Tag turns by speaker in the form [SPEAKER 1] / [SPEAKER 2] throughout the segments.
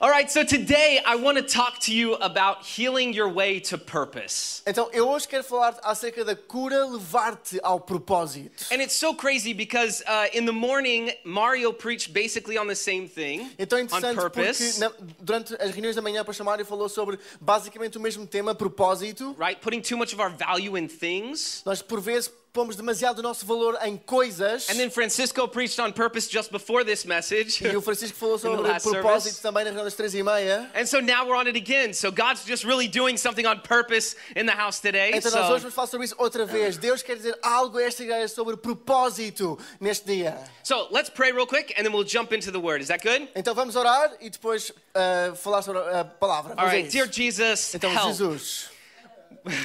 [SPEAKER 1] All right, so today I want to talk to you about healing your way to purpose.
[SPEAKER 2] Então, eu hoje quero falar acerca da cura levar-te ao propósito.
[SPEAKER 1] And it's so crazy because uh, in the morning, Mario preached basically on the same thing
[SPEAKER 2] Então é
[SPEAKER 1] on
[SPEAKER 2] interessante porque
[SPEAKER 1] purpose,
[SPEAKER 2] na- durante as reuniões da manhã, o Pastor Mário falou sobre basicamente o mesmo tema, propósito.
[SPEAKER 1] right? Putting too much of our value in things.
[SPEAKER 2] Nós, por vezes, pomos demasiado o nosso valor em coisas.
[SPEAKER 1] And then Francisco preached on purpose just before this message.
[SPEAKER 2] E o Francisco falou sobre
[SPEAKER 1] last
[SPEAKER 2] propósito
[SPEAKER 1] service.
[SPEAKER 2] também na reunião das três e meia.
[SPEAKER 1] And so now we're on it again. So God's just really doing something on purpose in the house today.
[SPEAKER 2] Então, nós
[SPEAKER 1] So,
[SPEAKER 2] hoje vamos falar sobre isso outra vez. Deus quer dizer algo a esta igreja sobre propósito neste dia.
[SPEAKER 1] so let's pray real quick and then we'll jump into the word. Is that good?
[SPEAKER 2] Então, vamos orar e depois ah, falar sobre a palavra.
[SPEAKER 1] All
[SPEAKER 2] Vamos a
[SPEAKER 1] right,
[SPEAKER 2] isso.
[SPEAKER 1] dear Jesus,
[SPEAKER 2] Então,
[SPEAKER 1] help.
[SPEAKER 2] Jesus,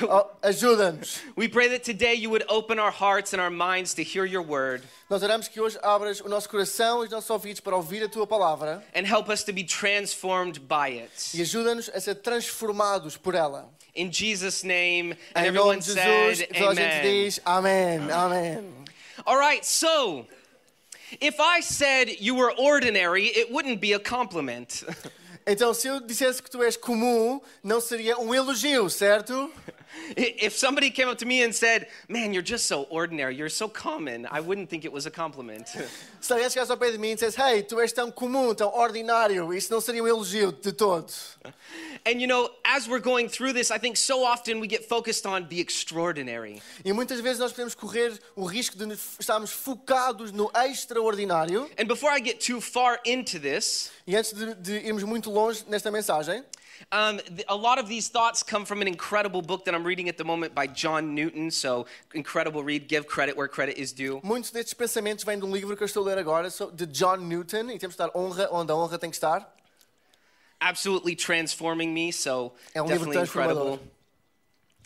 [SPEAKER 2] oh, ajuda-nos.
[SPEAKER 1] We pray that today you would open our hearts and our minds to hear your word.
[SPEAKER 2] Nós oramos que hoje abras o nosso coração e os nossos ouvidos para ouvir a tua palavra
[SPEAKER 1] and help us to be transformed by
[SPEAKER 2] e
[SPEAKER 1] it.
[SPEAKER 2] ajuda-nos a ser transformados por ela.
[SPEAKER 1] In Jesus' name, and
[SPEAKER 2] Em
[SPEAKER 1] everyone
[SPEAKER 2] nome de Jesus,
[SPEAKER 1] said,
[SPEAKER 2] e toda a gente
[SPEAKER 1] Amen.
[SPEAKER 2] diz amém, amém.
[SPEAKER 1] All right, so if I said you were ordinary, it wouldn't be a compliment.
[SPEAKER 2] Então, se eu dissesse que tu és comum, não seria um elogio, certo?
[SPEAKER 1] I- if somebody came up to me and said, Man, you're just so ordinary, you're so common, I wouldn't think it was a compliment.
[SPEAKER 2] Se alguém chegasse ao pé de mim e dissesse, hey, tu és tão comum, tão ordinário, isso não seria um elogio de todo.
[SPEAKER 1] and you know, as we're going through this, I think so often we get focused on the extraordinary.
[SPEAKER 2] E muitas vezes nós podemos correr o risco de nos f- estarmos focados no extraordinário.
[SPEAKER 1] And before I get too far into this,
[SPEAKER 2] E antes de, de irmos muito longe nesta mensagem,
[SPEAKER 1] Um, th- a lot of these thoughts come from an incredible book that I'm reading at the moment by John Newton. So, incredible read. Give credit where credit is due.
[SPEAKER 2] Muitos destes pensamentos vêm de um livro que eu estou a ler agora, so- de John Newton, e temos de estar honra onde a honra tem que estar.
[SPEAKER 1] Absolutely transforming me. So,
[SPEAKER 2] É um livro
[SPEAKER 1] definitely incredible.
[SPEAKER 2] transformador.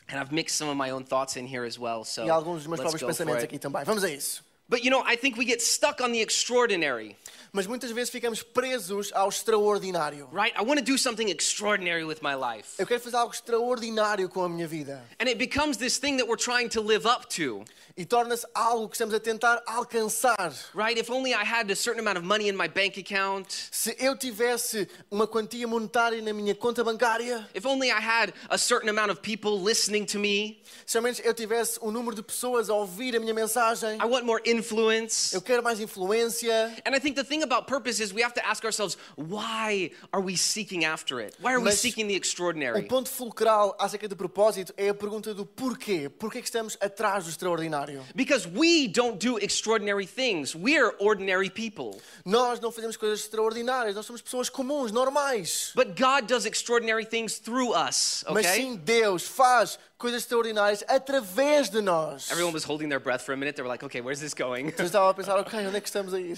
[SPEAKER 1] And I've mixed some of my own thoughts in here as well. So,
[SPEAKER 2] E alguns dos meus
[SPEAKER 1] Oh, let's
[SPEAKER 2] próprios
[SPEAKER 1] go for
[SPEAKER 2] pensamentos
[SPEAKER 1] it.
[SPEAKER 2] aqui também. Vamos a isso.
[SPEAKER 1] But you know, I think we get stuck on the extraordinary,
[SPEAKER 2] Mas muitas vezes ficamos presos ao extraordinário.
[SPEAKER 1] right? I want to do something extraordinary with my life.
[SPEAKER 2] Eu quero fazer algo extraordinário com a minha vida.
[SPEAKER 1] And it becomes this thing that we're trying to live up to,
[SPEAKER 2] E torna-se algo que estamos a tentar alcançar.
[SPEAKER 1] right? If only I had a certain amount of money in my bank account.
[SPEAKER 2] Se eu tivesse uma quantia monetária na minha conta bancária,
[SPEAKER 1] If only I had a certain amount of people listening to me.
[SPEAKER 2] se ao menos eu tivesse o número de pessoas a ouvir a minha mensagem,
[SPEAKER 1] I want more influence.
[SPEAKER 2] eu quero mais influência.
[SPEAKER 1] And I think the thing about purpose is we have to ask ourselves, why are we seeking after it? Why are we
[SPEAKER 2] Mas
[SPEAKER 1] seeking the
[SPEAKER 2] O
[SPEAKER 1] extraordinary?
[SPEAKER 2] ponto fulcral acerca do propósito é a pergunta do porquê. Porquê que estamos atrás do extraordinário?
[SPEAKER 1] Because we don't do extraordinary things. We're ordinary people.
[SPEAKER 2] Nós não fazemos coisas extraordinárias, nós somos pessoas comuns, normais.
[SPEAKER 1] But God does extraordinary things through us,
[SPEAKER 2] Mas
[SPEAKER 1] okay?
[SPEAKER 2] sim, Deus faz coisas extraordinárias através de nós.
[SPEAKER 1] Everyone was holding their breath for a minute. They were like, okay, where's this going?
[SPEAKER 2] Eu estava a pensar, ok, onde é que estamos a ir?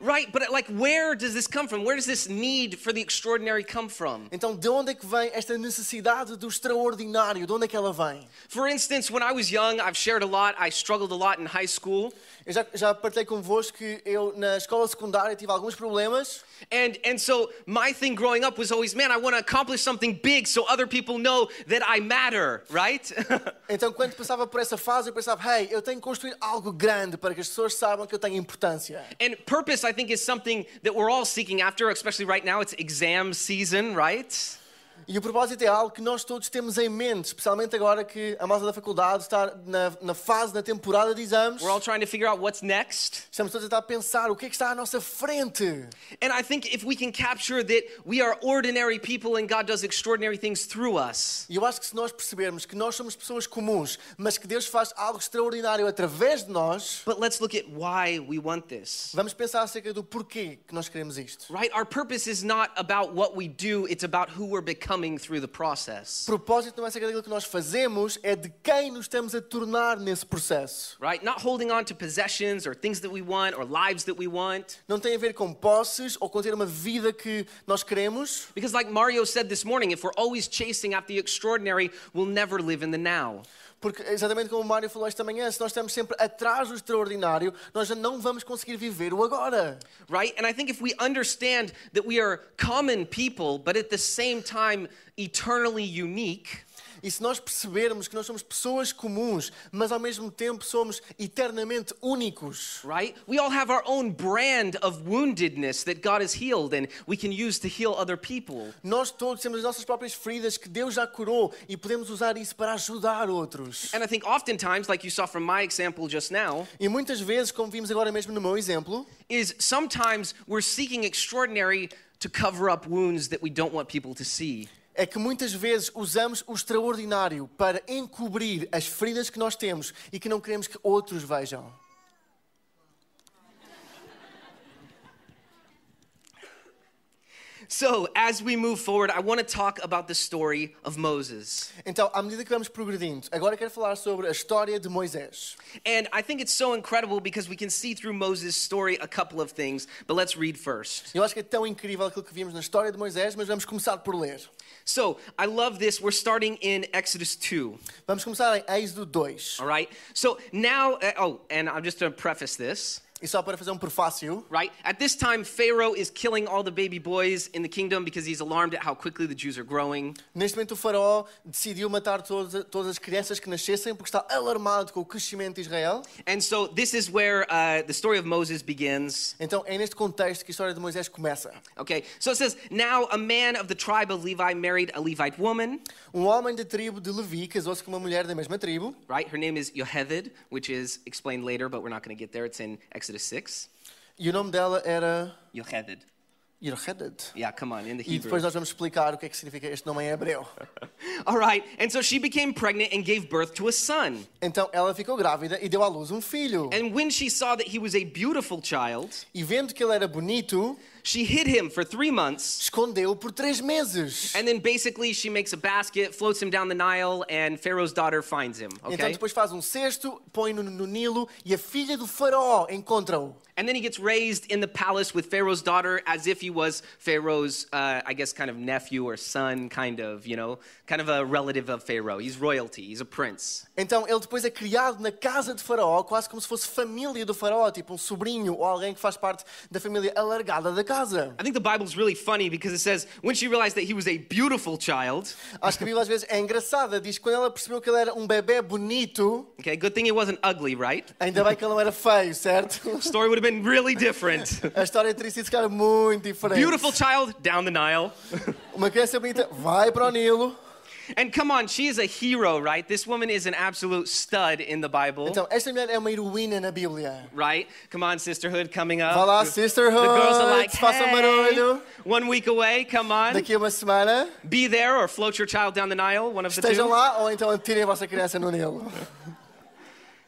[SPEAKER 1] right, but like, where does this come from? Where does this need for the extraordinary come from?
[SPEAKER 2] Então, de onde é que vem esta necessidade do extraordinário? De onde é que ela vem?
[SPEAKER 1] For instance, when I was young, I've shared a lot. I struggled a lot in high school.
[SPEAKER 2] Eu já, já partilhei convosco que eu, na escola secundária, tive alguns problemas.
[SPEAKER 1] And and so my thing growing up was always, man, I want to accomplish something big so other people know that I matter, right?
[SPEAKER 2] Então, quando passava por essa fase, eu pensava, hey, eu tenho que construir algo grande para que as pessoas saibam que eu tenho importância.
[SPEAKER 1] and purpose I think is something that we're all seeking after, especially right now it's exam season, right?
[SPEAKER 2] E o propósito é algo que nós todos temos em mente, especialmente agora que a malta da faculdade está na, na fase, na temporada de exames.
[SPEAKER 1] We're all trying to figure out what's next.
[SPEAKER 2] Estamos todos a tentar pensar o que é que está à nossa frente.
[SPEAKER 1] And I think if we can capture that we are ordinary people and God does extraordinary things through us,
[SPEAKER 2] E eu acho que se nós percebermos que nós somos pessoas comuns, mas que Deus faz algo extraordinário através de nós,
[SPEAKER 1] but let's look at why we want this.
[SPEAKER 2] vamos pensar acerca do porquê que nós queremos isto.
[SPEAKER 1] Right? Our purpose is not about what we do, it's about who we're becoming through the process.
[SPEAKER 2] O propósito não é acerca daquilo que nós fazemos, é de quem nos estamos a tornar nesse processo.
[SPEAKER 1] right? Not holding on to possessions or things that we want or lives that we want.
[SPEAKER 2] Não tem a ver com posses ou com ter uma vida que nós queremos.
[SPEAKER 1] Because, like Mario said this morning, if we're always chasing after the extraordinary, we'll never live in the now.
[SPEAKER 2] Porque, é exatamente como o Mário falou esta manhã, se nós estamos sempre atrás do extraordinário, nós já não vamos conseguir viver o agora.
[SPEAKER 1] right? And I think if we understand that we are common people, but at the same time eternally unique,
[SPEAKER 2] E se nós percebermos que nós somos pessoas comuns, mas ao mesmo tempo somos eternamente únicos,
[SPEAKER 1] right? We all have our own brand of woundedness that God has healed and we can use to heal other people.
[SPEAKER 2] nós todos temos as nossas próprias feridas que Deus já curou e podemos usar isso para ajudar outros.
[SPEAKER 1] And I think oftentimes, like you saw from my example just now,
[SPEAKER 2] E muitas vezes, como vimos agora mesmo no meu exemplo,
[SPEAKER 1] is sometimes we're seeking extraordinary to cover up wounds that we don't want people to see.
[SPEAKER 2] é que muitas vezes usamos o extraordinário para encobrir as feridas que nós temos e que não queremos que outros vejam.
[SPEAKER 1] So, as we move forward, I want to talk about the story of Moses.
[SPEAKER 2] Então, à medida que vamos progredindo, agora quero falar sobre a história de Moisés.
[SPEAKER 1] And I think it's so incredible because we can see through Moses' story a couple of things, but let's read first.
[SPEAKER 2] Eu acho que é tão incrível aquilo que vimos na história de Moisés, mas vamos começar por ler.
[SPEAKER 1] So, I love this. We're starting in Exodus 2,
[SPEAKER 2] Vamos começar em Êxodo 2.
[SPEAKER 1] all right? So, now, uh, oh, and I'm just going to preface this,
[SPEAKER 2] E só para fazer um prefácio,
[SPEAKER 1] right? At this time, Pharaoh is killing all the baby boys in the kingdom because he's alarmed at how quickly the Jews are growing.
[SPEAKER 2] neste momento o faraó decidiu matar todas, todas as crianças que nascessem porque está alarmado com o crescimento de Israel.
[SPEAKER 1] And so, this is where uh, the story of Moses begins.
[SPEAKER 2] Então é neste contexto que a história de Moisés começa.
[SPEAKER 1] Okay, so it says, Now a man of the tribe of Levi married a Levite woman,
[SPEAKER 2] Um homem da tribo de Levi casou-se com uma mulher da mesma tribo.
[SPEAKER 1] right? Her name is Yoheved, which is explained later, but we're not going to get there. It's in Exodus 6.
[SPEAKER 2] E o nome dela era
[SPEAKER 1] Yocheved.
[SPEAKER 2] Irheded.
[SPEAKER 1] Yeah, come on, in the
[SPEAKER 2] E
[SPEAKER 1] Hebrew.
[SPEAKER 2] depois nós vamos explicar o que é que significa este nome em hebreu.
[SPEAKER 1] All right, and so she became pregnant and gave birth to a son.
[SPEAKER 2] Então ela ficou grávida e deu à luz um filho.
[SPEAKER 1] And when she saw that he was a beautiful child,
[SPEAKER 2] E vendo que ele era bonito,
[SPEAKER 1] she hid him for three months.
[SPEAKER 2] escondeu-o por três meses.
[SPEAKER 1] And then basically, she makes a basket, floats him down the Nile, and Pharaoh's daughter finds him.
[SPEAKER 2] Então
[SPEAKER 1] Okay.
[SPEAKER 2] depois faz um cesto, põe-no no Nilo e a filha do faraó encontra-o.
[SPEAKER 1] And then he gets raised in the palace with Pharaoh's daughter as if he was Pharaoh's, uh, I guess, kind of nephew or son, kind of, you know, kind of a relative of Pharaoh. He's royalty, he's a prince.
[SPEAKER 2] Então ele depois é criado na casa de faraó, quase como se fosse família do faraó, tipo um sobrinho ou alguém que faz parte da família alargada da casa.
[SPEAKER 1] I think the Bible's really funny because it says, when she realized that he was a beautiful child,
[SPEAKER 2] Acho que a Bíblia às vezes é engraçada, diz que quando ela percebeu que ele era um bebê bonito,
[SPEAKER 1] okay, good thing he wasn't ugly, right?
[SPEAKER 2] ainda bem que ele não era feio, certo?
[SPEAKER 1] Story would have been really different.
[SPEAKER 2] A história teria sido cara muito diferente.
[SPEAKER 1] beautiful child, down the Nile.
[SPEAKER 2] Uma criança bonita vai para o Nilo.
[SPEAKER 1] And come on, she is a hero, right? This woman is an absolute stud in the Bible.
[SPEAKER 2] Então, esta mulher é uma heroína na Bíblia.
[SPEAKER 1] Right? Come on, sisterhood coming up.
[SPEAKER 2] Vá lá,
[SPEAKER 1] The-
[SPEAKER 2] sisterhood,
[SPEAKER 1] The girls
[SPEAKER 2] Oh,
[SPEAKER 1] are like,
[SPEAKER 2] façam
[SPEAKER 1] hey,
[SPEAKER 2] barulho.
[SPEAKER 1] one week away, come on.
[SPEAKER 2] Daqui a uma semana,
[SPEAKER 1] Be there or float your child down the Nile, one of the
[SPEAKER 2] estejam
[SPEAKER 1] two.
[SPEAKER 2] lá ou então tirem a vossa criança no Nilo.
[SPEAKER 1] É.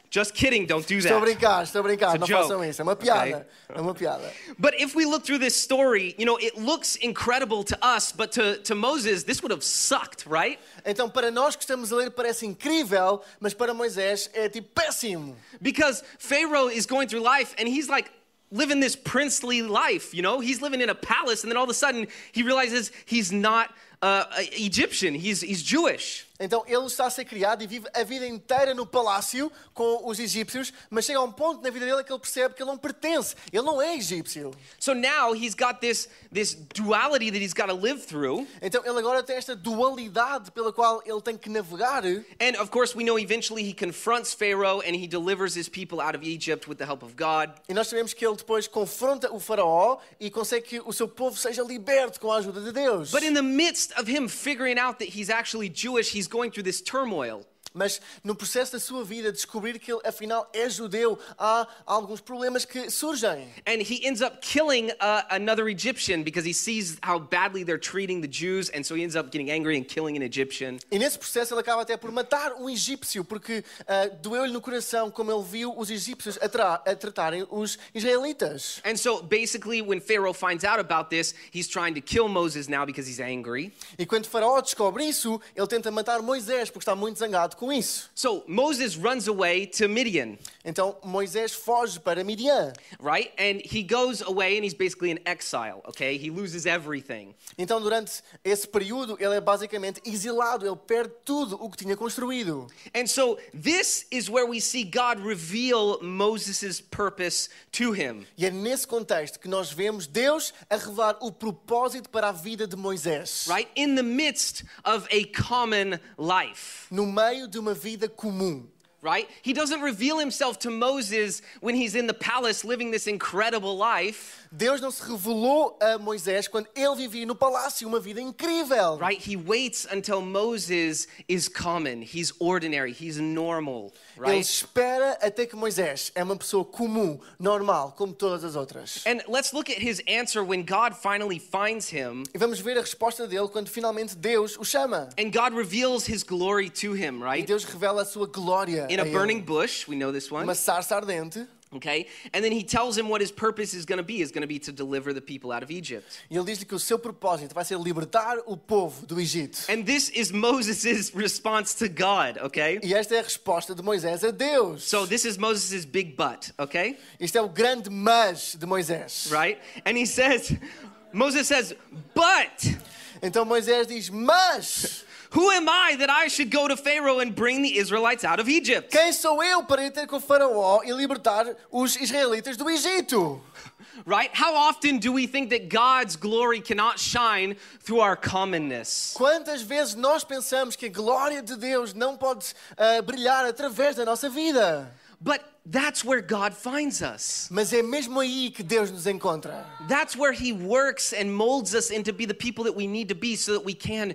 [SPEAKER 1] Just kidding, don't do
[SPEAKER 2] Estou
[SPEAKER 1] that.
[SPEAKER 2] a brincar, estou a brincar, não
[SPEAKER 1] joke.
[SPEAKER 2] façam isso. É uma piada, é uma piada.
[SPEAKER 1] But if we look through this story, you know, it looks incredible to us, but to, to Moses, this would have sucked, right?
[SPEAKER 2] Então, para nós que estamos a ler, parece incrível, mas para Moisés é tipo péssimo.
[SPEAKER 1] Because Pharaoh is going through life and he's like living this princely life, you know? He's living in a palace and then all of a sudden he realizes he's not uh, Egyptian, he's, he's Jewish.
[SPEAKER 2] Então, ele está a ser criado e vive a vida inteira no palácio com os egípcios, mas chega a um ponto na vida dele que ele percebe que ele não pertence, ele não é egípcio.
[SPEAKER 1] So now he's got this this duality that he's got to live through.
[SPEAKER 2] Então, ele agora tem esta dualidade pela qual ele tem que navegar.
[SPEAKER 1] And of course, we know eventually he confronts Pharaoh and he delivers his people out of Egypt with the help of God.
[SPEAKER 2] E nós sabemos que ele depois confronta o faraó e consegue que o seu povo seja liberto com a ajuda de Deus.
[SPEAKER 1] But in the midst of him figuring out that he's actually Jewish, he's going through this turmoil.
[SPEAKER 2] Mas no processo da sua vida, descobrir que ele afinal é judeu, há alguns problemas que surgem.
[SPEAKER 1] And he ends up killing uh, another Egyptian because he sees how badly they're treating the Jews. And so he ends up getting angry and killing an Egyptian.
[SPEAKER 2] E nesse processo ele acaba até por matar um egípcio, porque ah, doeu-lhe no coração como ele viu os egípcios a, tra- a tratarem os israelitas.
[SPEAKER 1] And so basically, when Pharaoh finds out about this, he's trying to kill Moses now because he's angry.
[SPEAKER 2] E quando o faraó descobre isso, ele tenta matar Moisés, porque está muito zangado com isso.
[SPEAKER 1] So Moses runs away to Midian.
[SPEAKER 2] Então Moisés foge para Midian.
[SPEAKER 1] right? And he goes away and he's basically in exile, okay? He loses everything.
[SPEAKER 2] Então durante esse período ele é basicamente exilado, ele perde tudo o que tinha construído.
[SPEAKER 1] And so this is where we see God reveal Moses' purpose to him.
[SPEAKER 2] E é nesse contexto que nós vemos Deus a revelar o propósito para a vida de Moisés.
[SPEAKER 1] right? In the midst of a common life,
[SPEAKER 2] No meio de uma vida comum.
[SPEAKER 1] right? He doesn't reveal himself to Moses when he's in the palace living this incredible life,
[SPEAKER 2] Deus não se revelou a Moisés quando ele vivia no palácio uma vida incrível.
[SPEAKER 1] right? He waits until Moses is common, he's ordinary, he's normal,
[SPEAKER 2] Ele
[SPEAKER 1] right?
[SPEAKER 2] espera até que Moisés é uma pessoa comum, normal, como todas as outras.
[SPEAKER 1] and let's look at his answer when God finally finds him
[SPEAKER 2] E vamos ver a resposta dele quando finalmente Deus o chama.
[SPEAKER 1] and God reveals his glory to him,
[SPEAKER 2] E
[SPEAKER 1] right?
[SPEAKER 2] Deus revela a sua glória.
[SPEAKER 1] In
[SPEAKER 2] a
[SPEAKER 1] a
[SPEAKER 2] ele.
[SPEAKER 1] burning bush, we know this one,
[SPEAKER 2] Uma sarça ardente.
[SPEAKER 1] okay? And then he tells him what his purpose is going to be, is going to be to deliver the people out of Egypt.
[SPEAKER 2] E ele diz-lhe que o seu propósito vai ser libertar o povo do Egito.
[SPEAKER 1] And this is Moses' response to God, okay?
[SPEAKER 2] E esta é a resposta de Moisés a Deus.
[SPEAKER 1] So this is Moses' big butt, okay?
[SPEAKER 2] Isto é o grande mas de Moisés.
[SPEAKER 1] Right? And he says, Moses says, But
[SPEAKER 2] Então Moisés diz: Mas
[SPEAKER 1] who am I that I should go to Pharaoh and bring the Israelites out of Egypt?
[SPEAKER 2] quem sou eu para ir ter com o Faraó e libertar os israelitas do Egito?
[SPEAKER 1] Right? How often do we think that God's glory cannot shine through our commonness?
[SPEAKER 2] Quantas vezes nós pensamos que a glória de Deus não pode ah, brilhar através da nossa vida?
[SPEAKER 1] But that's where God finds us.
[SPEAKER 2] Mas é mesmo aí que Deus nos encontra.
[SPEAKER 1] That's where he works and molds us into be the people that we need to be so that we can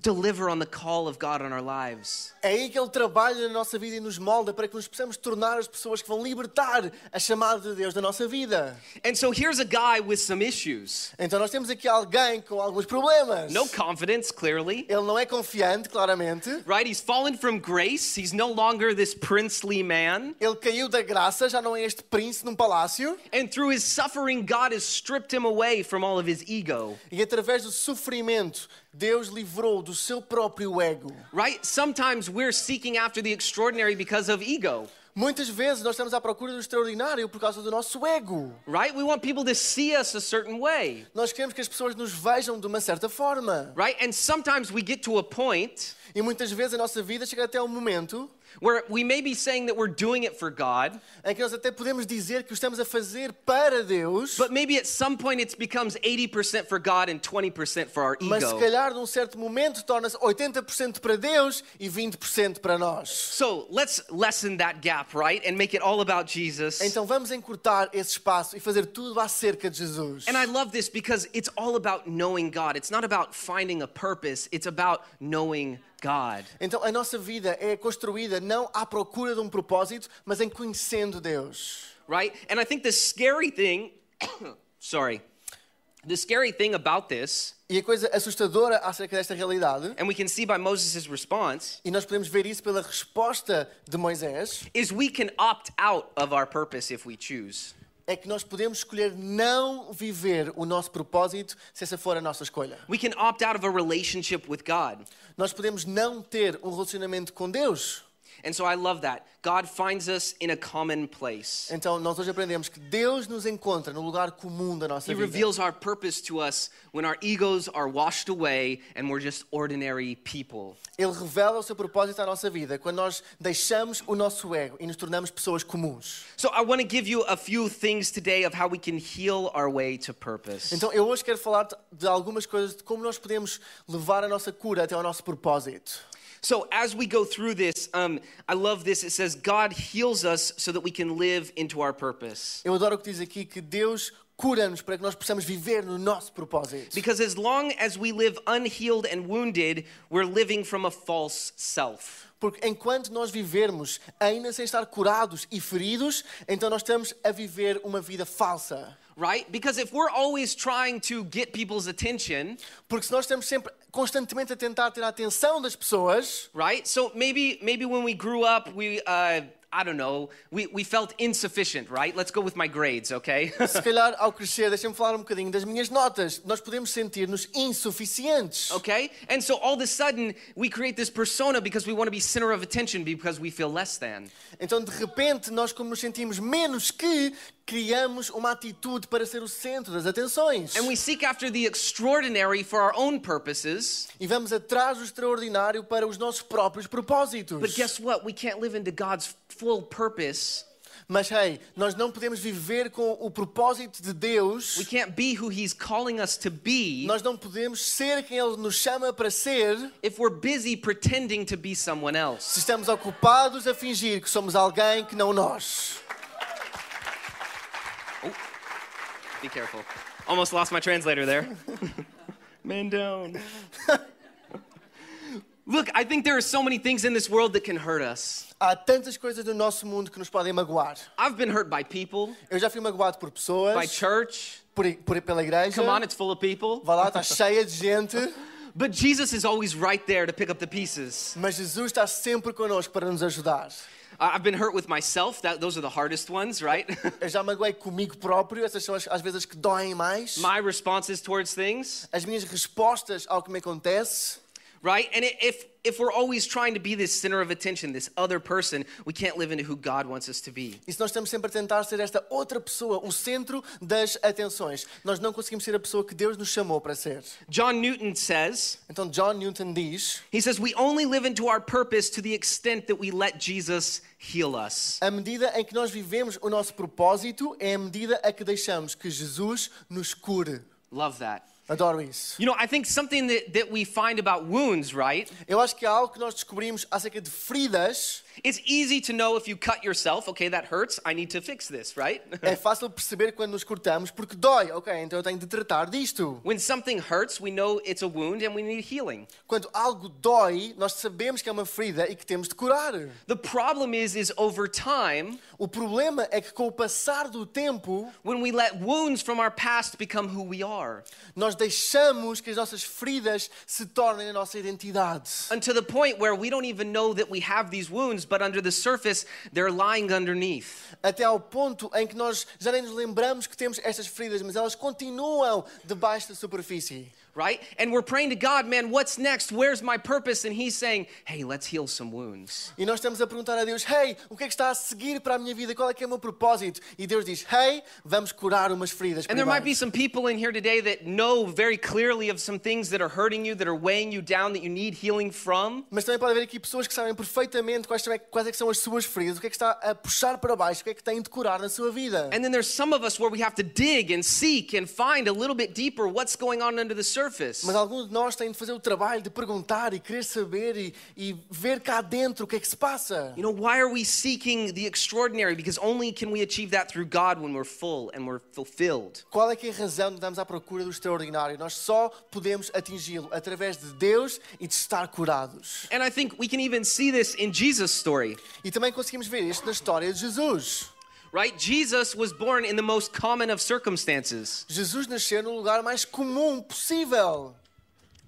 [SPEAKER 1] deliver on the call of God on our lives.
[SPEAKER 2] É aí que Ele trabalha na nossa vida e nos molda para que nos possamos tornar as pessoas que vão libertar a chamada de Deus da nossa vida.
[SPEAKER 1] And so here's a guy with some issues.
[SPEAKER 2] Então nós temos aqui alguém com alguns problemas.
[SPEAKER 1] No confidence, clearly.
[SPEAKER 2] Ele não é confiante, claramente.
[SPEAKER 1] Right? He's fallen from grace. He's no longer this princely man.
[SPEAKER 2] Ele caiu da graça, já não é este príncipe num palácio.
[SPEAKER 1] And through his suffering, God has stripped him away from all of his ego.
[SPEAKER 2] E através do sofrimento, Deus livrou do seu próprio ego.
[SPEAKER 1] Right? Sometimes we're seeking after the extraordinary because of ego.
[SPEAKER 2] Muitas vezes nós estamos à procura do extraordinário por causa do nosso ego.
[SPEAKER 1] Right? We want people to see us a certain way.
[SPEAKER 2] Nós queremos que as pessoas nos vejam de uma certa forma.
[SPEAKER 1] Right? And sometimes we get to a point
[SPEAKER 2] E muitas vezes a nossa vida chega até um momento
[SPEAKER 1] where we may be saying that we're doing it for God,
[SPEAKER 2] em que nós até podemos dizer que o estamos a fazer para Deus,
[SPEAKER 1] but maybe at some point it becomes 80% for God and 20% for our
[SPEAKER 2] mas se
[SPEAKER 1] ego.
[SPEAKER 2] calhar num certo momento torna-se 80% para Deus e 20% para nós.
[SPEAKER 1] So let's lessen that gap, right? And make it all about Jesus.
[SPEAKER 2] Então vamos encurtar esse espaço e fazer tudo acerca de Jesus.
[SPEAKER 1] and I love this because it's all about knowing God. It's not about finding a purpose, it's about knowing God.
[SPEAKER 2] Então a nossa vida é construída não à procura de um propósito, mas em conhecendo Deus.
[SPEAKER 1] right? And I think the scary thing, sorry, the scary thing about this,
[SPEAKER 2] E a coisa assustadora acerca desta realidade,
[SPEAKER 1] and we can see by Moses' response,
[SPEAKER 2] e nós podemos ver isso pela resposta de Moisés,
[SPEAKER 1] is we can opt out of our purpose if we choose.
[SPEAKER 2] é que nós podemos escolher não viver o nosso propósito se essa for a nossa escolha.
[SPEAKER 1] We can opt out of a relationship with God.
[SPEAKER 2] Nós podemos não ter um relacionamento com Deus.
[SPEAKER 1] And so I love that. God finds us in a common place.
[SPEAKER 2] Então nós hoje aprendemos que Deus nos encontra no lugar comum da nossa
[SPEAKER 1] He
[SPEAKER 2] vida.
[SPEAKER 1] reveals our purpose to us when our egos are washed away and we're just ordinary people.
[SPEAKER 2] Ele revela o seu propósito à nossa vida quando nós deixamos o nosso ego e nos tornamos pessoas comuns.
[SPEAKER 1] So I want to give you a few things today of how we can heal our way to purpose.
[SPEAKER 2] Então eu hoje quero falar de algumas coisas de como nós podemos levar a nossa cura até ao nosso propósito.
[SPEAKER 1] So as we go through this, um, I love this. It says God heals us so that we can live into our purpose.
[SPEAKER 2] Eu adoro o que diz aqui que Deus cura-nos para que nós possamos viver no nosso propósito.
[SPEAKER 1] Because as long as we live unhealed and wounded, we're living from a false self.
[SPEAKER 2] Porque enquanto nós vivermos ainda sem estar curados e feridos, então nós estamos a viver uma vida falsa.
[SPEAKER 1] Right? Because if we're always trying to get people's attention,
[SPEAKER 2] Porque se nós estamos sempre constantemente a tentar ter a atenção das pessoas,
[SPEAKER 1] right? So maybe maybe when we grew up, we uh, I don't know, we, we felt insufficient, right? Let's go with my grades, okay?
[SPEAKER 2] Se calhar, ao crescer, deixem-me falar um bocadinho das minhas notas. Nós podemos sentir-nos insuficientes.
[SPEAKER 1] okay? And so all of a sudden, we create this persona because we want to be center of attention because we feel less than.
[SPEAKER 2] Então, de repente, nós, como nos sentimos menos que, criamos uma atitude para ser o centro das atenções.
[SPEAKER 1] And we seek after the extraordinary for our own purposes.
[SPEAKER 2] E vamos atrás do extraordinário para os nossos próprios propósitos.
[SPEAKER 1] But guess what? We can't live into God's full purpose.
[SPEAKER 2] Mas, hey, nós não podemos viver com o propósito de Deus.
[SPEAKER 1] We can't be who He's calling us to be
[SPEAKER 2] Nós não podemos ser quem Ele nos chama para ser
[SPEAKER 1] if we're busy pretending to be someone else.
[SPEAKER 2] se estamos ocupados a fingir que somos alguém que não nós.
[SPEAKER 1] Be careful. Almost lost my translator there. Man down. Look, I think there are so many things in this world that can hurt us.
[SPEAKER 2] Há tantas coisas no nosso mundo que nos podem magoar.
[SPEAKER 1] I've been hurt by people,
[SPEAKER 2] Eu já fui magoado por
[SPEAKER 1] by
[SPEAKER 2] pessoas,
[SPEAKER 1] church.
[SPEAKER 2] por, por, pela igreja.
[SPEAKER 1] Come on, it's full of people.
[SPEAKER 2] Vá lá, está cheia de gente.
[SPEAKER 1] But Jesus is always right there to pick up the pieces.
[SPEAKER 2] Mas Jesus está sempre connosco para nos ajudar.
[SPEAKER 1] I- I've been hurt with myself. That, those are the hardest ones, right?
[SPEAKER 2] Eu já magoei comigo próprio, essas são as, às vezes as que doem mais.
[SPEAKER 1] My responses towards things,
[SPEAKER 2] As minhas respostas ao que me acontece.
[SPEAKER 1] right? And i- if if we're always trying to be this center of attention, this other person, we can't live into who God wants us to be.
[SPEAKER 2] E se nós estamos sempre a tentar ser esta outra pessoa, o centro das atenções, nós não conseguimos ser a pessoa que Deus nos chamou para ser.
[SPEAKER 1] John Newton says,
[SPEAKER 2] Então John Newton diz:
[SPEAKER 1] He says, We only live into our purpose to the extent that we let Jesus heal us.
[SPEAKER 2] à medida em que nós vivemos o nosso propósito é a medida a que deixamos que Jesus nos cure.
[SPEAKER 1] Love that.
[SPEAKER 2] Adoro isso.
[SPEAKER 1] You know, I think something that, that we find about wounds, right?
[SPEAKER 2] Eu acho que há algo que nós descobrimos acerca de feridas.
[SPEAKER 1] It's easy to know if you cut yourself, okay, that hurts, I need to fix this, right?
[SPEAKER 2] É fácil perceber quando nos cortamos porque dói. Ok, então eu tenho de tratar disto.
[SPEAKER 1] when something hurts, we know it's a wound and we need healing.
[SPEAKER 2] Quando algo dói, nós sabemos que é uma ferida e que temos de curar.
[SPEAKER 1] The problem is, is over time,
[SPEAKER 2] O problema é que com o passar do tempo,
[SPEAKER 1] when we let wounds from our past become who we are,
[SPEAKER 2] nós deixamos que as nossas feridas se tornem a nossa identidade.
[SPEAKER 1] and to the point where we don't even know that we have these wounds, but under the surface, they're lying underneath.
[SPEAKER 2] Até ao ponto em que nós já nem nos lembramos que temos estas feridas, mas elas continuam debaixo da superfície.
[SPEAKER 1] right? And we're praying to God, man, what's next? Where's my purpose? And He's saying, hey, let's heal some wounds.
[SPEAKER 2] E nós estamos a perguntar a Deus: Hey, o que é que está a seguir para a minha vida? Qual é que é o meu propósito? E Deus diz: Hey, vamos curar umas feridas.
[SPEAKER 1] And there might be
[SPEAKER 2] primeiro."
[SPEAKER 1] some people in here today that know very clearly of some things that are hurting you, that are weighing you down, that you need healing from.
[SPEAKER 2] Mas também pode haver aqui pessoas que sabem perfeitamente quais, são- quais é que são as suas feridas, o que é que está a puxar para baixo, o que é que têm de curar na sua vida.
[SPEAKER 1] And then there's some of us where we have to dig and seek and find a little bit deeper what's going on under the surface.
[SPEAKER 2] Mas alguns de nós têm de fazer o trabalho de perguntar e querer saber e, e ver cá dentro o que é que se passa.
[SPEAKER 1] You know, why are we seeking the extraordinary? Because only can we achieve that through God when we're full and we're fulfilled.
[SPEAKER 2] Qual é que é a razão de andarmos à procura do extraordinário? Nós só podemos atingi-lo através de Deus e de estar curados.
[SPEAKER 1] And I think we can even see this in Jesus' story.
[SPEAKER 2] E também conseguimos ver isto na história de Jesus.
[SPEAKER 1] right? Jesus was born in the most common of circumstances.
[SPEAKER 2] Jesus nasceu no lugar mais comum possível.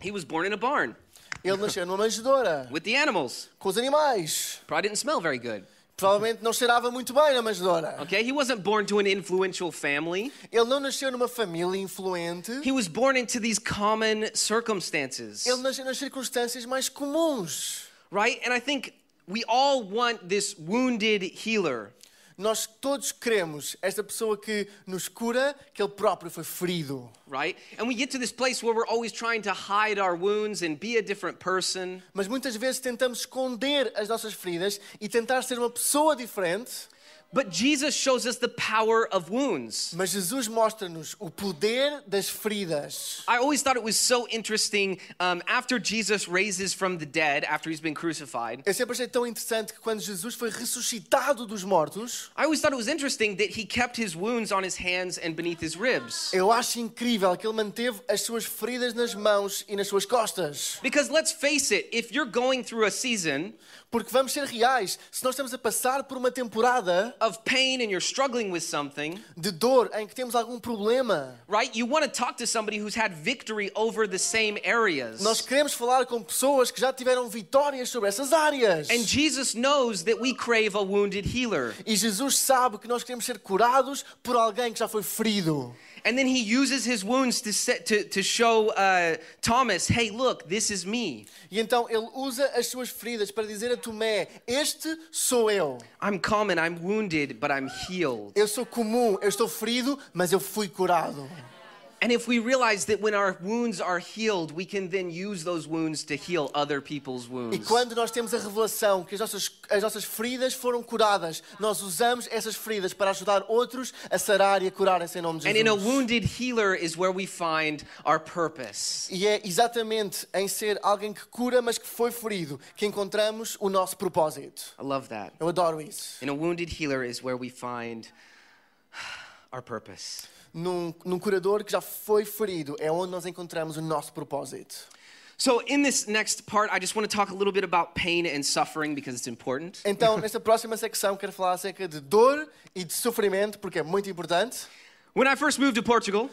[SPEAKER 1] He was born in a barn
[SPEAKER 2] Ele nasceu numa manjedoura,
[SPEAKER 1] with the animals.
[SPEAKER 2] com os animais.
[SPEAKER 1] Probably didn't smell very good.
[SPEAKER 2] Provavelmente não cheirava muito bem na manjedoura.
[SPEAKER 1] Okay, he wasn't born to an influential family.
[SPEAKER 2] Ele não nasceu numa família influente.
[SPEAKER 1] He was born into these common circumstances,
[SPEAKER 2] Ele nasceu nas circunstâncias mais comuns.
[SPEAKER 1] right? And I think we all want this wounded healer.
[SPEAKER 2] Nós todos queremos esta pessoa que nos cura, que ele próprio foi ferido.
[SPEAKER 1] Right? And we get to this place where we're always trying to hide our wounds and be a different person.
[SPEAKER 2] Mas muitas vezes tentamos esconder as nossas feridas e tentar ser uma pessoa diferente.
[SPEAKER 1] But Jesus shows us the power of wounds.
[SPEAKER 2] Mas Jesus mostra-nos o poder das feridas.
[SPEAKER 1] I always thought it was so interesting um, after Jesus raises from the dead, after he's been crucified.
[SPEAKER 2] Eu sempre achei tão interessante que quando Jesus foi ressuscitado dos mortos,
[SPEAKER 1] I always thought it was interesting that he kept his wounds on his hands and beneath his ribs.
[SPEAKER 2] eu acho incrível que ele manteve as suas feridas nas mãos e nas suas costas.
[SPEAKER 1] Because let's face it, if you're going through a season,
[SPEAKER 2] Porque vamos ser reais, se nós estamos a passar por uma temporada,
[SPEAKER 1] of pain and you're struggling with something,
[SPEAKER 2] de dor, em que temos algum problema.
[SPEAKER 1] right, you want to talk to somebody who's had victory over the same areas.
[SPEAKER 2] Nós queremos falar com pessoas que já tiveram vitórias sobre essas áreas.
[SPEAKER 1] And Jesus knows that we crave a wounded healer.
[SPEAKER 2] E Jesus sabe que nós queremos ser curados por alguém que já foi ferido.
[SPEAKER 1] And then he uses his wounds to, set, to, to show uh, Thomas, hey, look, this is me.
[SPEAKER 2] E então ele usa as suas feridas para dizer a Tomé: Este sou eu.
[SPEAKER 1] I'm common, I'm wounded, but I'm healed.
[SPEAKER 2] Eu sou comum, eu estou ferido, mas eu fui curado.
[SPEAKER 1] And if we realize that when our wounds are healed, we can then use those wounds to heal other people's
[SPEAKER 2] E
[SPEAKER 1] wounds.
[SPEAKER 2] quando nós temos a revelação que as nossas, as nossas feridas foram curadas, nós usamos essas feridas para ajudar outros a sarar e a curarem-se em nome de
[SPEAKER 1] And in a
[SPEAKER 2] Jesus.
[SPEAKER 1] wounded healer is where we find our purpose.
[SPEAKER 2] E é exatamente em ser alguém que cura, mas que foi ferido, que encontramos o nosso propósito.
[SPEAKER 1] I love that.
[SPEAKER 2] Eu adoro isso.
[SPEAKER 1] In a wounded healer is where we find our purpose.
[SPEAKER 2] Num, num curador que já foi ferido, é onde nós encontramos o nosso propósito.
[SPEAKER 1] So, in this next part, I just want to talk a little bit about pain and suffering because it's important.
[SPEAKER 2] Então, nesta próxima secção, quero falar acerca de dor e de sofrimento, porque é muito importante.
[SPEAKER 1] When I first moved to Portugal,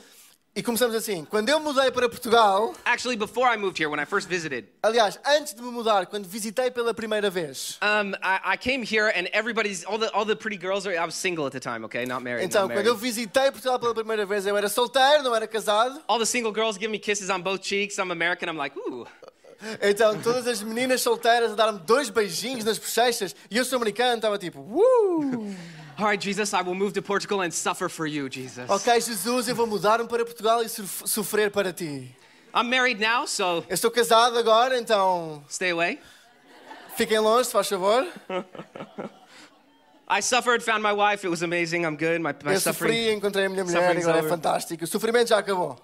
[SPEAKER 2] E começamos assim. Quando eu mudei para Portugal,
[SPEAKER 1] actually, before I moved here, when I first visited,
[SPEAKER 2] aliás, antes de me mudar, quando visitei pela primeira vez.
[SPEAKER 1] um, I, I came here and everybody's, all the, all the pretty girls are, I was single at the time, okay? Not married.
[SPEAKER 2] Então,
[SPEAKER 1] not
[SPEAKER 2] quando
[SPEAKER 1] married.
[SPEAKER 2] eu visitei Portugal pela primeira vez, eu era solteiro, não era casado.
[SPEAKER 1] all the single girls give me kisses on both cheeks. I'm American. I'm like, ooh.
[SPEAKER 2] Então, todas as meninas solteiras deram-me dois beijinhos nas bochechas e eu sou americano, estava tipo, uh!
[SPEAKER 1] All right, Jesus, I will move to Portugal and suffer for you, Jesus.
[SPEAKER 2] Ok, Jesus, eu vou mudar-me para Portugal e surf- sofrer para ti.
[SPEAKER 1] I'm married now, so
[SPEAKER 2] Eu estou casado agora, então
[SPEAKER 1] stay away.
[SPEAKER 2] fiquem longe, se faz favor.
[SPEAKER 1] I suffered, found my wife. It was amazing. I'm good. My, my
[SPEAKER 2] Eu
[SPEAKER 1] suffering.
[SPEAKER 2] sofri, encontrei a minha mulher,
[SPEAKER 1] suffering's
[SPEAKER 2] agora é
[SPEAKER 1] over.
[SPEAKER 2] fantástico. O sofrimento já acabou.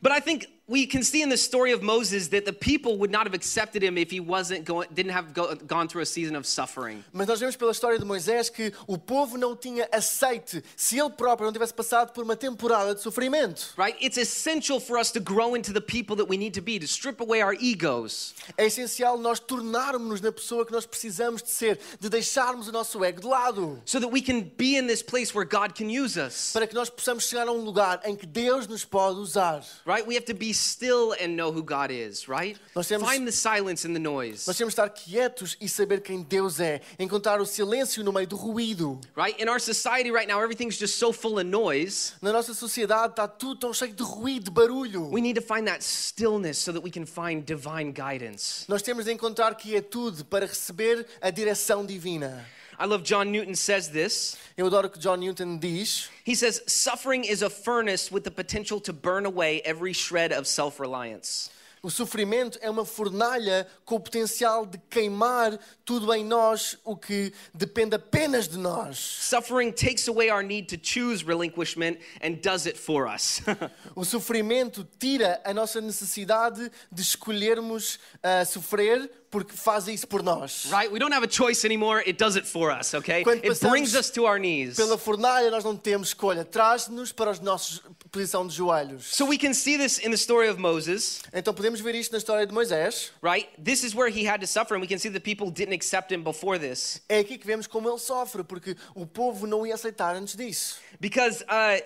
[SPEAKER 1] But I think we can see in the story of Moses that the people would not have accepted him if he wasn't going, didn't have go, gone through a season of suffering.
[SPEAKER 2] Mas nós vemos pela história de Moisés que o povo não o tinha aceite se ele próprio não tivesse passado por uma temporada de sofrimento.
[SPEAKER 1] Right? It's essential for us to grow into the people that we need to be, to strip away our egos,
[SPEAKER 2] É essencial nós tornarmos-nos na pessoa que nós precisamos de ser, de deixarmos o nosso ego de lado.
[SPEAKER 1] so that we can be in this place where God can use us.
[SPEAKER 2] para que nós possamos chegar a um lugar em que Deus nos pode usar.
[SPEAKER 1] Right? We have to be still and know who God is, right?
[SPEAKER 2] Nós temos-
[SPEAKER 1] Find the silence in the noise.
[SPEAKER 2] Nós temos de estar quietos e saber quem Deus é, encontrar o silêncio no meio do ruído.
[SPEAKER 1] Right? In our society right now, everything's just so full of noise.
[SPEAKER 2] Na nossa sociedade está tudo tão cheio de ruído, de barulho.
[SPEAKER 1] We need to find that stillness so that we can find divine guidance.
[SPEAKER 2] Nós temos de encontrar quietude para receber a direção divina.
[SPEAKER 1] I love John Newton says this.
[SPEAKER 2] Eu adoro o que John Newton diz.
[SPEAKER 1] He says, Suffering is a furnace with the potential to burn away every shred of self reliance.
[SPEAKER 2] O sofrimento é uma fornalha com o potencial de queimar tudo em nós, o que depende apenas de nós.
[SPEAKER 1] Suffering takes away our need to choose relinquishment and does it for us.
[SPEAKER 2] O sofrimento tira a nossa necessidade de escolhermos ah, sofrer porque faz isso por nós.
[SPEAKER 1] right? We don't have a choice anymore. It does it for us, okay?
[SPEAKER 2] Quando
[SPEAKER 1] It brings
[SPEAKER 2] passamos
[SPEAKER 1] us to our knees.
[SPEAKER 2] Pela fornalha nós não temos escolha, traz-nos para a nossa posição de joelhos.
[SPEAKER 1] So we can see this in the story of Moses.
[SPEAKER 2] Então podemos ver isto na história de Moisés.
[SPEAKER 1] right? This is where he had to suffer, and we can see the people didn't accept him before this
[SPEAKER 2] É aqui que vemos como ele sofre, porque o povo não ia aceitar antes disso.
[SPEAKER 1] because uh,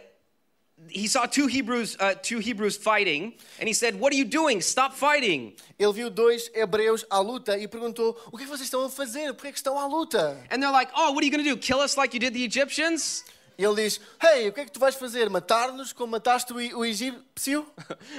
[SPEAKER 1] he saw two Hebrews, uh, two Hebrews fighting, and he said, "What are you doing? Stop fighting!"
[SPEAKER 2] Ele viu dois hebreus à luta e perguntou: O que é que vocês estão a fazer? Porquê é que estão à luta?
[SPEAKER 1] And they're like, "Oh, what are you going to do? Kill us like you did the Egyptians?"
[SPEAKER 2] E ele diz: Hey, o que é que tu vais fazer? Matar-nos como mataste o, I- o egípcio?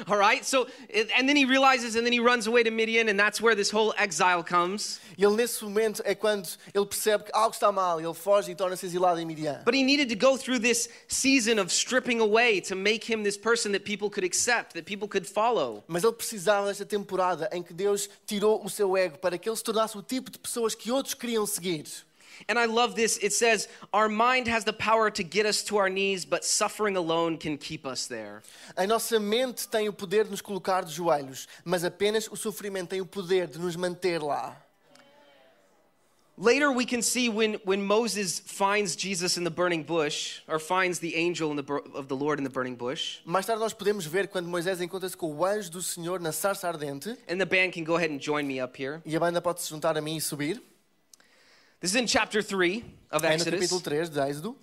[SPEAKER 1] All right. So, it- and then he realizes, and then he runs away to Midian, and that's where this whole exile comes.
[SPEAKER 2] E ele, nesse momento, é quando ele percebe que algo está mal, ele foge e torna-se exilado em Midian.
[SPEAKER 1] But he needed to go through this season of stripping away to make him this person that people could accept, that people could follow.
[SPEAKER 2] Mas ele precisava desta temporada em que Deus tirou o seu ego para que ele se tornasse o tipo de pessoas que outros queriam seguir.
[SPEAKER 1] And I love this. It says, Our mind has the power to get us to our knees, but suffering alone can keep us there.
[SPEAKER 2] A nossa mente tem o poder de nos colocar de joelhos, mas apenas o sofrimento tem o poder de nos manter lá.
[SPEAKER 1] Later, we can see when, when Moses finds Jesus in the burning bush, or finds the angel in the, bur- of the Lord in the burning bush.
[SPEAKER 2] Mais tarde nós podemos ver quando Moisés encontra-se com o anjo do Senhor na sarça ardente,
[SPEAKER 1] And the band can go ahead and join me up here.
[SPEAKER 2] e a banda pode se juntar a mim e subir.
[SPEAKER 1] This is in chapter 3 of
[SPEAKER 2] É no capítulo
[SPEAKER 1] Exodus.
[SPEAKER 2] 3 de Êxodo.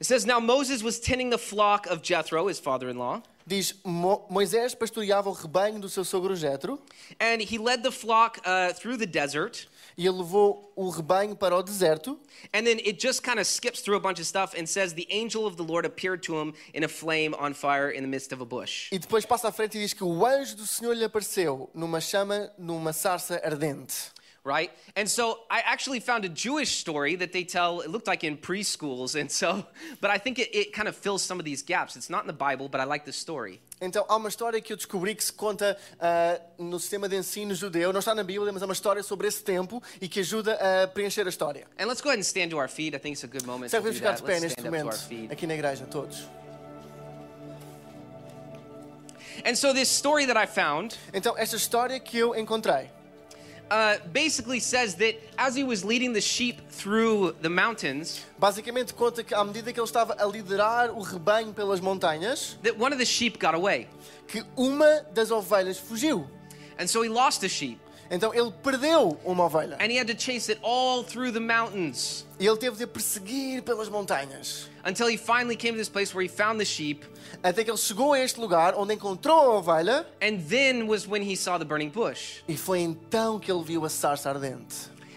[SPEAKER 1] It says, Now Moses was tending the flock of Jethro, his father in law,
[SPEAKER 2] Diz, "Mo- Moisés pastoreava o rebanho do seu sogro Jetro
[SPEAKER 1] and he led the flock uh, through the desert.
[SPEAKER 2] e ele levou o rebanho para o deserto.
[SPEAKER 1] And then it just kind of skips through a bunch of stuff and says, The angel of the Lord appeared to him in a flame on fire in the midst of a bush.
[SPEAKER 2] E depois passa à frente e diz que o anjo do Senhor lhe apareceu numa chama, numa sarça ardente.
[SPEAKER 1] right? And so I actually found a Jewish story that they tell, it looked like in preschools. And so, but I think it, it kind of fills some of these gaps. It's not in the Bible, but I like this story.
[SPEAKER 2] Então, há uma história que eu descobri que se conta ah, no sistema de ensino judeu. Não está na Bíblia, mas é uma história sobre esse tempo e que ajuda a preencher a história.
[SPEAKER 1] And let's go ahead and stand to our feet. I think it's a good moment
[SPEAKER 2] Serve
[SPEAKER 1] to
[SPEAKER 2] de
[SPEAKER 1] do
[SPEAKER 2] ficar
[SPEAKER 1] that.
[SPEAKER 2] de pé
[SPEAKER 1] Let's
[SPEAKER 2] neste
[SPEAKER 1] stand up to our
[SPEAKER 2] momento,
[SPEAKER 1] feet.
[SPEAKER 2] aqui na igreja, todos.
[SPEAKER 1] And so this story that I found
[SPEAKER 2] Então, esta história que eu encontrei
[SPEAKER 1] uh, basically says that as he was leading the sheep through the mountains,
[SPEAKER 2] basicamente conta que, à medida que ele estava a liderar o rebanho pelas montanhas,
[SPEAKER 1] that one of the sheep got away.
[SPEAKER 2] que uma das ovelhas fugiu.
[SPEAKER 1] And so he lost a sheep
[SPEAKER 2] Então, ele perdeu uma ovelha.
[SPEAKER 1] and he had to chase it all through the mountains
[SPEAKER 2] E ele teve de a perseguir pelas montanhas.
[SPEAKER 1] until he finally came to this place where he found the sheep.
[SPEAKER 2] Até que ele chegou a este lugar onde encontrou a ovelha
[SPEAKER 1] And then was when he saw the burning bush.
[SPEAKER 2] e foi então que ele viu a sarça ardente.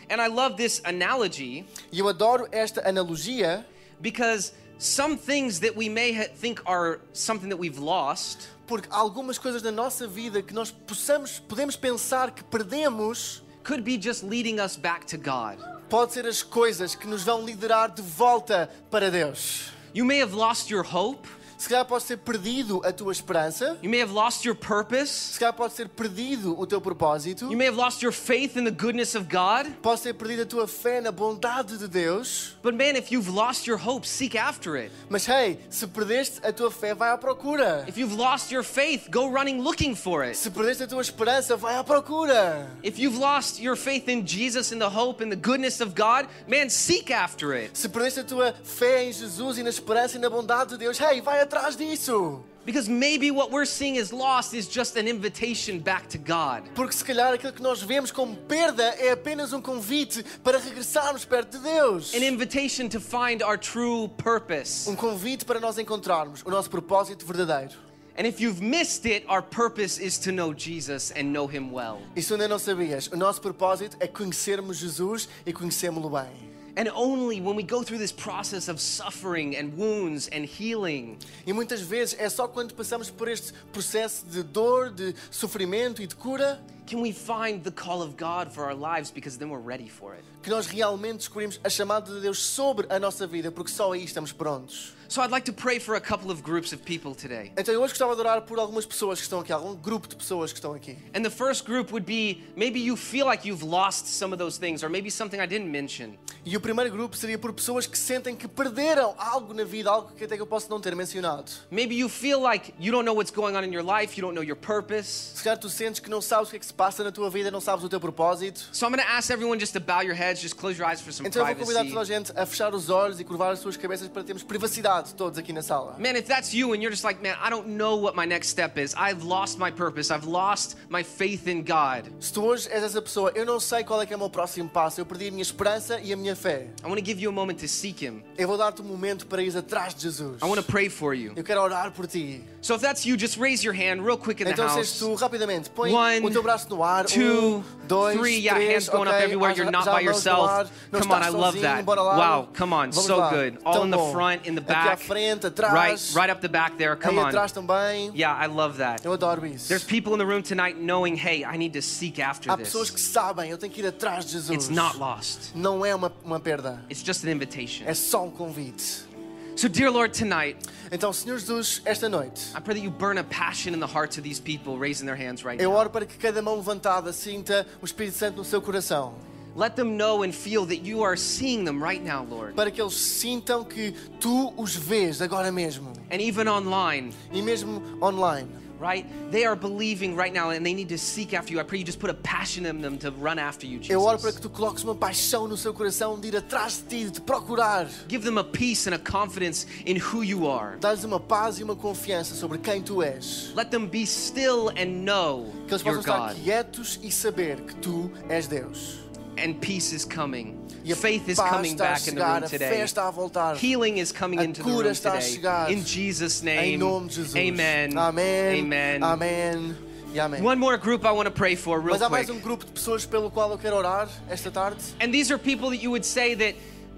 [SPEAKER 1] And I love this analogy
[SPEAKER 2] E eu adoro esta analogia
[SPEAKER 1] because some things that we may ha- think are something that we've lost
[SPEAKER 2] porque algumas coisas da nossa vida que nós possamos, podemos pensar que perdemos
[SPEAKER 1] could be just leading us back to God.
[SPEAKER 2] pode ser as coisas que nos vão liderar de volta para Deus.
[SPEAKER 1] You may have lost your hope,
[SPEAKER 2] Se calhar pode ser perdido a tua esperança,
[SPEAKER 1] you may have lost your purpose,
[SPEAKER 2] se calhar pode ser perdido o teu propósito,
[SPEAKER 1] you may have lost your faith in the goodness of God.
[SPEAKER 2] pode ser perdida a tua fé na bondade de Deus.
[SPEAKER 1] But man, if you've lost your hope, seek after it.
[SPEAKER 2] Mas hey, se perdeste a tua fé, vai à procura.
[SPEAKER 1] If you've lost your faith, go running looking for it.
[SPEAKER 2] Se perdeste a tua esperança, vai à procura.
[SPEAKER 1] If you've lost your faith in Jesus and the hope and the goodness of God, man, seek after it.
[SPEAKER 2] Se perdeste a tua fé em Jesus e na esperança e na bondade de Deus, hey, vai atrás disso.
[SPEAKER 1] Because maybe what we're seeing is lost is just an invitation back to God.
[SPEAKER 2] Porque se calhar aquilo que nós vemos como perda é apenas um convite para regressarmos perto de Deus.
[SPEAKER 1] An invitation to find our true purpose.
[SPEAKER 2] Um convite para nós encontrarmos o nosso propósito verdadeiro.
[SPEAKER 1] And if you've missed it, our purpose is to know Jesus and know him well.
[SPEAKER 2] E se ainda não sabias, o nosso propósito é conhecermos Jesus e conhecê-lo bem.
[SPEAKER 1] And only when we go through this process of suffering and wounds and healing
[SPEAKER 2] E muitas vezes é só quando passamos por este processo de dor, de sofrimento e de cura
[SPEAKER 1] can we find the call of God for our lives because then we're ready for it.
[SPEAKER 2] que nós realmente descobrimos a chamada de Deus sobre a nossa vida, porque só aí estamos prontos.
[SPEAKER 1] So I'd like to pray for a couple of groups of people today.
[SPEAKER 2] Então eu hoje gostava de orar por algumas pessoas que estão aqui, algum grupo de pessoas que estão aqui.
[SPEAKER 1] And the first group would be maybe you feel like you've lost some of those things or maybe something I didn't mention.
[SPEAKER 2] E o primeiro grupo seria por pessoas que sentem que perderam algo na vida, algo que até que eu posso não ter mencionado.
[SPEAKER 1] Maybe you feel like you don't know what's going on in your life, you don't know your purpose.
[SPEAKER 2] Se calhar tu sentes que não sabes o que é que se passa na tua vida, não sabes o teu propósito.
[SPEAKER 1] So I'm going to ask everyone just to bow your heads, just close your eyes for some
[SPEAKER 2] Então eu vou convidar
[SPEAKER 1] privacy.
[SPEAKER 2] toda a gente a fechar os olhos e curvar as suas cabeças para termos privacidade todos aqui na sala.
[SPEAKER 1] Man, if that's you and you're just like, man, I don't know what my next step is. I've lost my purpose. I've lost my faith in God.
[SPEAKER 2] Se tu hoje és essa pessoa, eu não sei qual é que é o meu próximo passo, eu perdi a minha esperança e a minha fé.
[SPEAKER 1] I want to give you a moment to seek Him.
[SPEAKER 2] Eu vou dar-te um momento para ires atrás de Jesus.
[SPEAKER 1] I want to pray for you.
[SPEAKER 2] Eu quero orar por ti.
[SPEAKER 1] So if that's you, just raise your hand real quick in the
[SPEAKER 2] Então, se és
[SPEAKER 1] house.
[SPEAKER 2] tu, rapidamente, põe
[SPEAKER 1] One,
[SPEAKER 2] o teu braço no ar.
[SPEAKER 1] two,
[SPEAKER 2] um, dois,
[SPEAKER 1] three.
[SPEAKER 2] três,
[SPEAKER 1] Yeah, hands going up
[SPEAKER 2] ok,
[SPEAKER 1] everywhere.
[SPEAKER 2] há
[SPEAKER 1] You're
[SPEAKER 2] já-
[SPEAKER 1] not
[SPEAKER 2] já
[SPEAKER 1] by
[SPEAKER 2] mãos no
[SPEAKER 1] yourself.
[SPEAKER 2] ar, não
[SPEAKER 1] Come on,
[SPEAKER 2] estás
[SPEAKER 1] I love
[SPEAKER 2] sozinho,
[SPEAKER 1] that.
[SPEAKER 2] bora lá.
[SPEAKER 1] Wow, come on,
[SPEAKER 2] Vamos
[SPEAKER 1] so
[SPEAKER 2] lá.
[SPEAKER 1] good.
[SPEAKER 2] Tão
[SPEAKER 1] All in the
[SPEAKER 2] bom.
[SPEAKER 1] front, in the
[SPEAKER 2] Aqui à
[SPEAKER 1] back.
[SPEAKER 2] frente,
[SPEAKER 1] Right,
[SPEAKER 2] atrás,
[SPEAKER 1] right up the back there. Come
[SPEAKER 2] aí
[SPEAKER 1] on.
[SPEAKER 2] atrás também.
[SPEAKER 1] Yeah, I love that.
[SPEAKER 2] Eu adoro isso.
[SPEAKER 1] There's people in the room tonight knowing, hey, I need to seek after
[SPEAKER 2] Há pessoas
[SPEAKER 1] this.
[SPEAKER 2] que sabem, eu tenho que ir atrás de Jesus.
[SPEAKER 1] It's not lost.
[SPEAKER 2] Não é uma, uma perda,
[SPEAKER 1] It's just an invitation.
[SPEAKER 2] é só um convite.
[SPEAKER 1] So, dear Lord, tonight,
[SPEAKER 2] Então, Senhor Jesus, esta noite,
[SPEAKER 1] I pray that you burn a passion in the hearts of these people raising their hands right
[SPEAKER 2] eu
[SPEAKER 1] now.
[SPEAKER 2] oro para que cada mão levantada sinta o Espírito Santo no seu coração.
[SPEAKER 1] Let them know and feel that you are seeing them right now, Lord.
[SPEAKER 2] Para que eles sintam que tu os vês agora mesmo.
[SPEAKER 1] And even online,
[SPEAKER 2] E mesmo online.
[SPEAKER 1] right? They are believing right now and they need to seek after you. I pray you just put a passion in them to run after you,
[SPEAKER 2] Eu oro para
[SPEAKER 1] Jesus.
[SPEAKER 2] que tu coloques uma paixão no seu coração de ir atrás de ti, de te procurar.
[SPEAKER 1] Give them a peace and a confidence in who you are.
[SPEAKER 2] Dá-lhes uma paz e uma confiança sobre quem tu és.
[SPEAKER 1] Let them be still and know
[SPEAKER 2] Que eles
[SPEAKER 1] your
[SPEAKER 2] possam estar
[SPEAKER 1] God.
[SPEAKER 2] quietos e saber que tu és Deus.
[SPEAKER 1] and peace is coming.
[SPEAKER 2] E a
[SPEAKER 1] Faith is
[SPEAKER 2] paz
[SPEAKER 1] coming
[SPEAKER 2] está a
[SPEAKER 1] back in the
[SPEAKER 2] chegar,
[SPEAKER 1] room
[SPEAKER 2] a
[SPEAKER 1] today.
[SPEAKER 2] fé está a voltar.
[SPEAKER 1] Healing is coming
[SPEAKER 2] A
[SPEAKER 1] into the
[SPEAKER 2] cura
[SPEAKER 1] room
[SPEAKER 2] está a
[SPEAKER 1] today.
[SPEAKER 2] chegar.
[SPEAKER 1] In Jesus'
[SPEAKER 2] Em
[SPEAKER 1] name.
[SPEAKER 2] nome de Jesus.
[SPEAKER 1] Amen.
[SPEAKER 2] Amém.
[SPEAKER 1] Amen.
[SPEAKER 2] Amém. E amém.
[SPEAKER 1] One more group I want to pray for real
[SPEAKER 2] Mas há
[SPEAKER 1] quick.
[SPEAKER 2] mais um grupo de pessoas pelo qual eu quero orar esta tarde.
[SPEAKER 1] And these are people that you would say that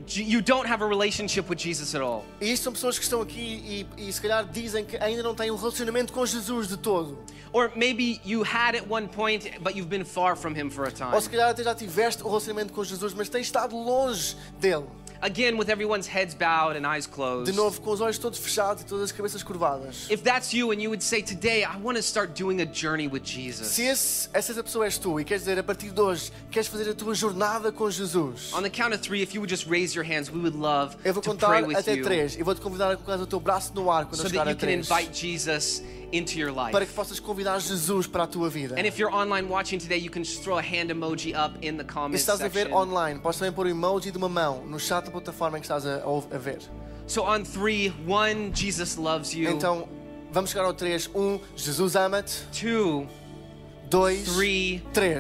[SPEAKER 1] j- you don't have a relationship with Jesus at all.
[SPEAKER 2] E isto são pessoas que estão aqui e, e se calhar dizem que ainda não têm um relacionamento com Jesus de todo.
[SPEAKER 1] Or maybe you had at one point, but you've been far from him for a time.
[SPEAKER 2] Ou se calhar até já tiveste um relacionamento com Jesus, mas tens estado longe dele.
[SPEAKER 1] Again, with everyone's heads bowed and eyes closed.
[SPEAKER 2] De novo, com os olhos todos fechados e todas as cabeças curvadas.
[SPEAKER 1] If that's you and you would say, Today, I want to start doing a journey with Jesus.
[SPEAKER 2] Se esse, essa essa pessoa és tu e queres dizer a partir de hoje, queres fazer a tua jornada com Jesus,
[SPEAKER 1] On the count of three, if you would just raise your hands, we would love
[SPEAKER 2] eu vou
[SPEAKER 1] to pray
[SPEAKER 2] contar
[SPEAKER 1] with
[SPEAKER 2] até
[SPEAKER 1] you
[SPEAKER 2] três e vou-te convidar a colocar o teu braço no ar quando
[SPEAKER 1] so that
[SPEAKER 2] eu chegar
[SPEAKER 1] you
[SPEAKER 2] a
[SPEAKER 1] can
[SPEAKER 2] três.
[SPEAKER 1] invite Jesus into your life.
[SPEAKER 2] Para que possas convidar Jesus para a tua vida.
[SPEAKER 1] And if you're online watching today, you can just throw a hand emoji up in the
[SPEAKER 2] E se
[SPEAKER 1] comments
[SPEAKER 2] estás a ver
[SPEAKER 1] section.
[SPEAKER 2] online, podes também pôr o emoji de uma mão no chat da plataforma em que estás a, a ouv- a ver.
[SPEAKER 1] So on three, one, Jesus loves you.
[SPEAKER 2] Então, vamos chegar ao 3. 1. Jesus ama-te.
[SPEAKER 1] Two,
[SPEAKER 2] 2.
[SPEAKER 1] Three.
[SPEAKER 2] 3.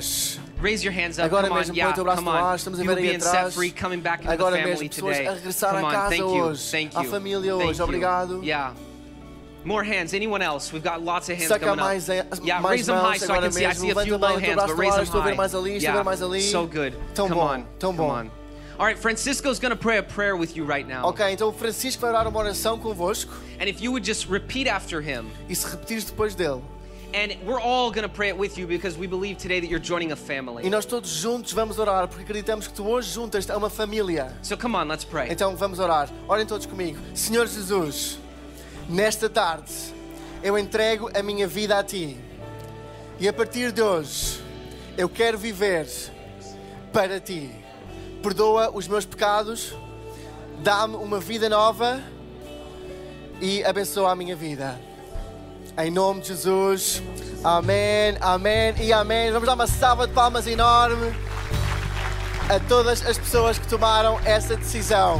[SPEAKER 1] raise your hands up.
[SPEAKER 2] Agora
[SPEAKER 1] come
[SPEAKER 2] mesmo,
[SPEAKER 1] on, yeah,
[SPEAKER 2] põe o teu braço
[SPEAKER 1] come
[SPEAKER 2] no ar.
[SPEAKER 1] on.
[SPEAKER 2] Estamos a
[SPEAKER 1] You
[SPEAKER 2] ver aí
[SPEAKER 1] being set
[SPEAKER 2] atrás.
[SPEAKER 1] free, coming back into
[SPEAKER 2] Agora
[SPEAKER 1] the
[SPEAKER 2] mesmo,
[SPEAKER 1] family
[SPEAKER 2] pessoas
[SPEAKER 1] today.
[SPEAKER 2] a regressar
[SPEAKER 1] come
[SPEAKER 2] à
[SPEAKER 1] on,
[SPEAKER 2] casa
[SPEAKER 1] thank you,
[SPEAKER 2] hoje.
[SPEAKER 1] thank
[SPEAKER 2] à
[SPEAKER 1] you,
[SPEAKER 2] família
[SPEAKER 1] thank
[SPEAKER 2] hoje.
[SPEAKER 1] you.
[SPEAKER 2] Obrigado.
[SPEAKER 1] Yeah. More hands. Anyone else? We've got lots of hands
[SPEAKER 2] Se há cá
[SPEAKER 1] coming up.
[SPEAKER 2] mais, eh,
[SPEAKER 1] yeah,
[SPEAKER 2] mais
[SPEAKER 1] raise them high
[SPEAKER 2] mãos
[SPEAKER 1] so I
[SPEAKER 2] agora
[SPEAKER 1] can see. I
[SPEAKER 2] mesmo.
[SPEAKER 1] see a few
[SPEAKER 2] Levanta bem
[SPEAKER 1] low
[SPEAKER 2] o teu
[SPEAKER 1] hands,
[SPEAKER 2] braço
[SPEAKER 1] but
[SPEAKER 2] no
[SPEAKER 1] raise
[SPEAKER 2] ar.
[SPEAKER 1] them
[SPEAKER 2] Estou a ver
[SPEAKER 1] high.
[SPEAKER 2] mais ali, estou a
[SPEAKER 1] yeah.
[SPEAKER 2] ver mais ali.
[SPEAKER 1] So good.
[SPEAKER 2] Tão
[SPEAKER 1] come
[SPEAKER 2] bom,
[SPEAKER 1] on,
[SPEAKER 2] tão
[SPEAKER 1] come
[SPEAKER 2] bom.
[SPEAKER 1] on. All right, Francisco's going to pray a prayer with you right now.
[SPEAKER 2] Ok, então o Francisco vai orar uma oração convosco
[SPEAKER 1] And if you would just repeat after him.
[SPEAKER 2] e se repetires depois dele.
[SPEAKER 1] And we're all going to pray it with you because we believe today that you're joining a
[SPEAKER 2] E
[SPEAKER 1] family.
[SPEAKER 2] nós todos juntos vamos orar, porque acreditamos que tu hoje juntas a uma família.
[SPEAKER 1] So come on, let's pray.
[SPEAKER 2] Então vamos orar. Orem todos comigo. Senhor Jesus, nesta tarde eu entrego a minha vida a ti. E a partir de hoje eu quero viver para ti. Perdoa os meus pecados, dá-me uma vida nova e abençoa a minha vida. Em nome de Jesus. Amém, amém e amém. Vamos dar uma salva de palmas enorme a todas as pessoas que tomaram essa decisão.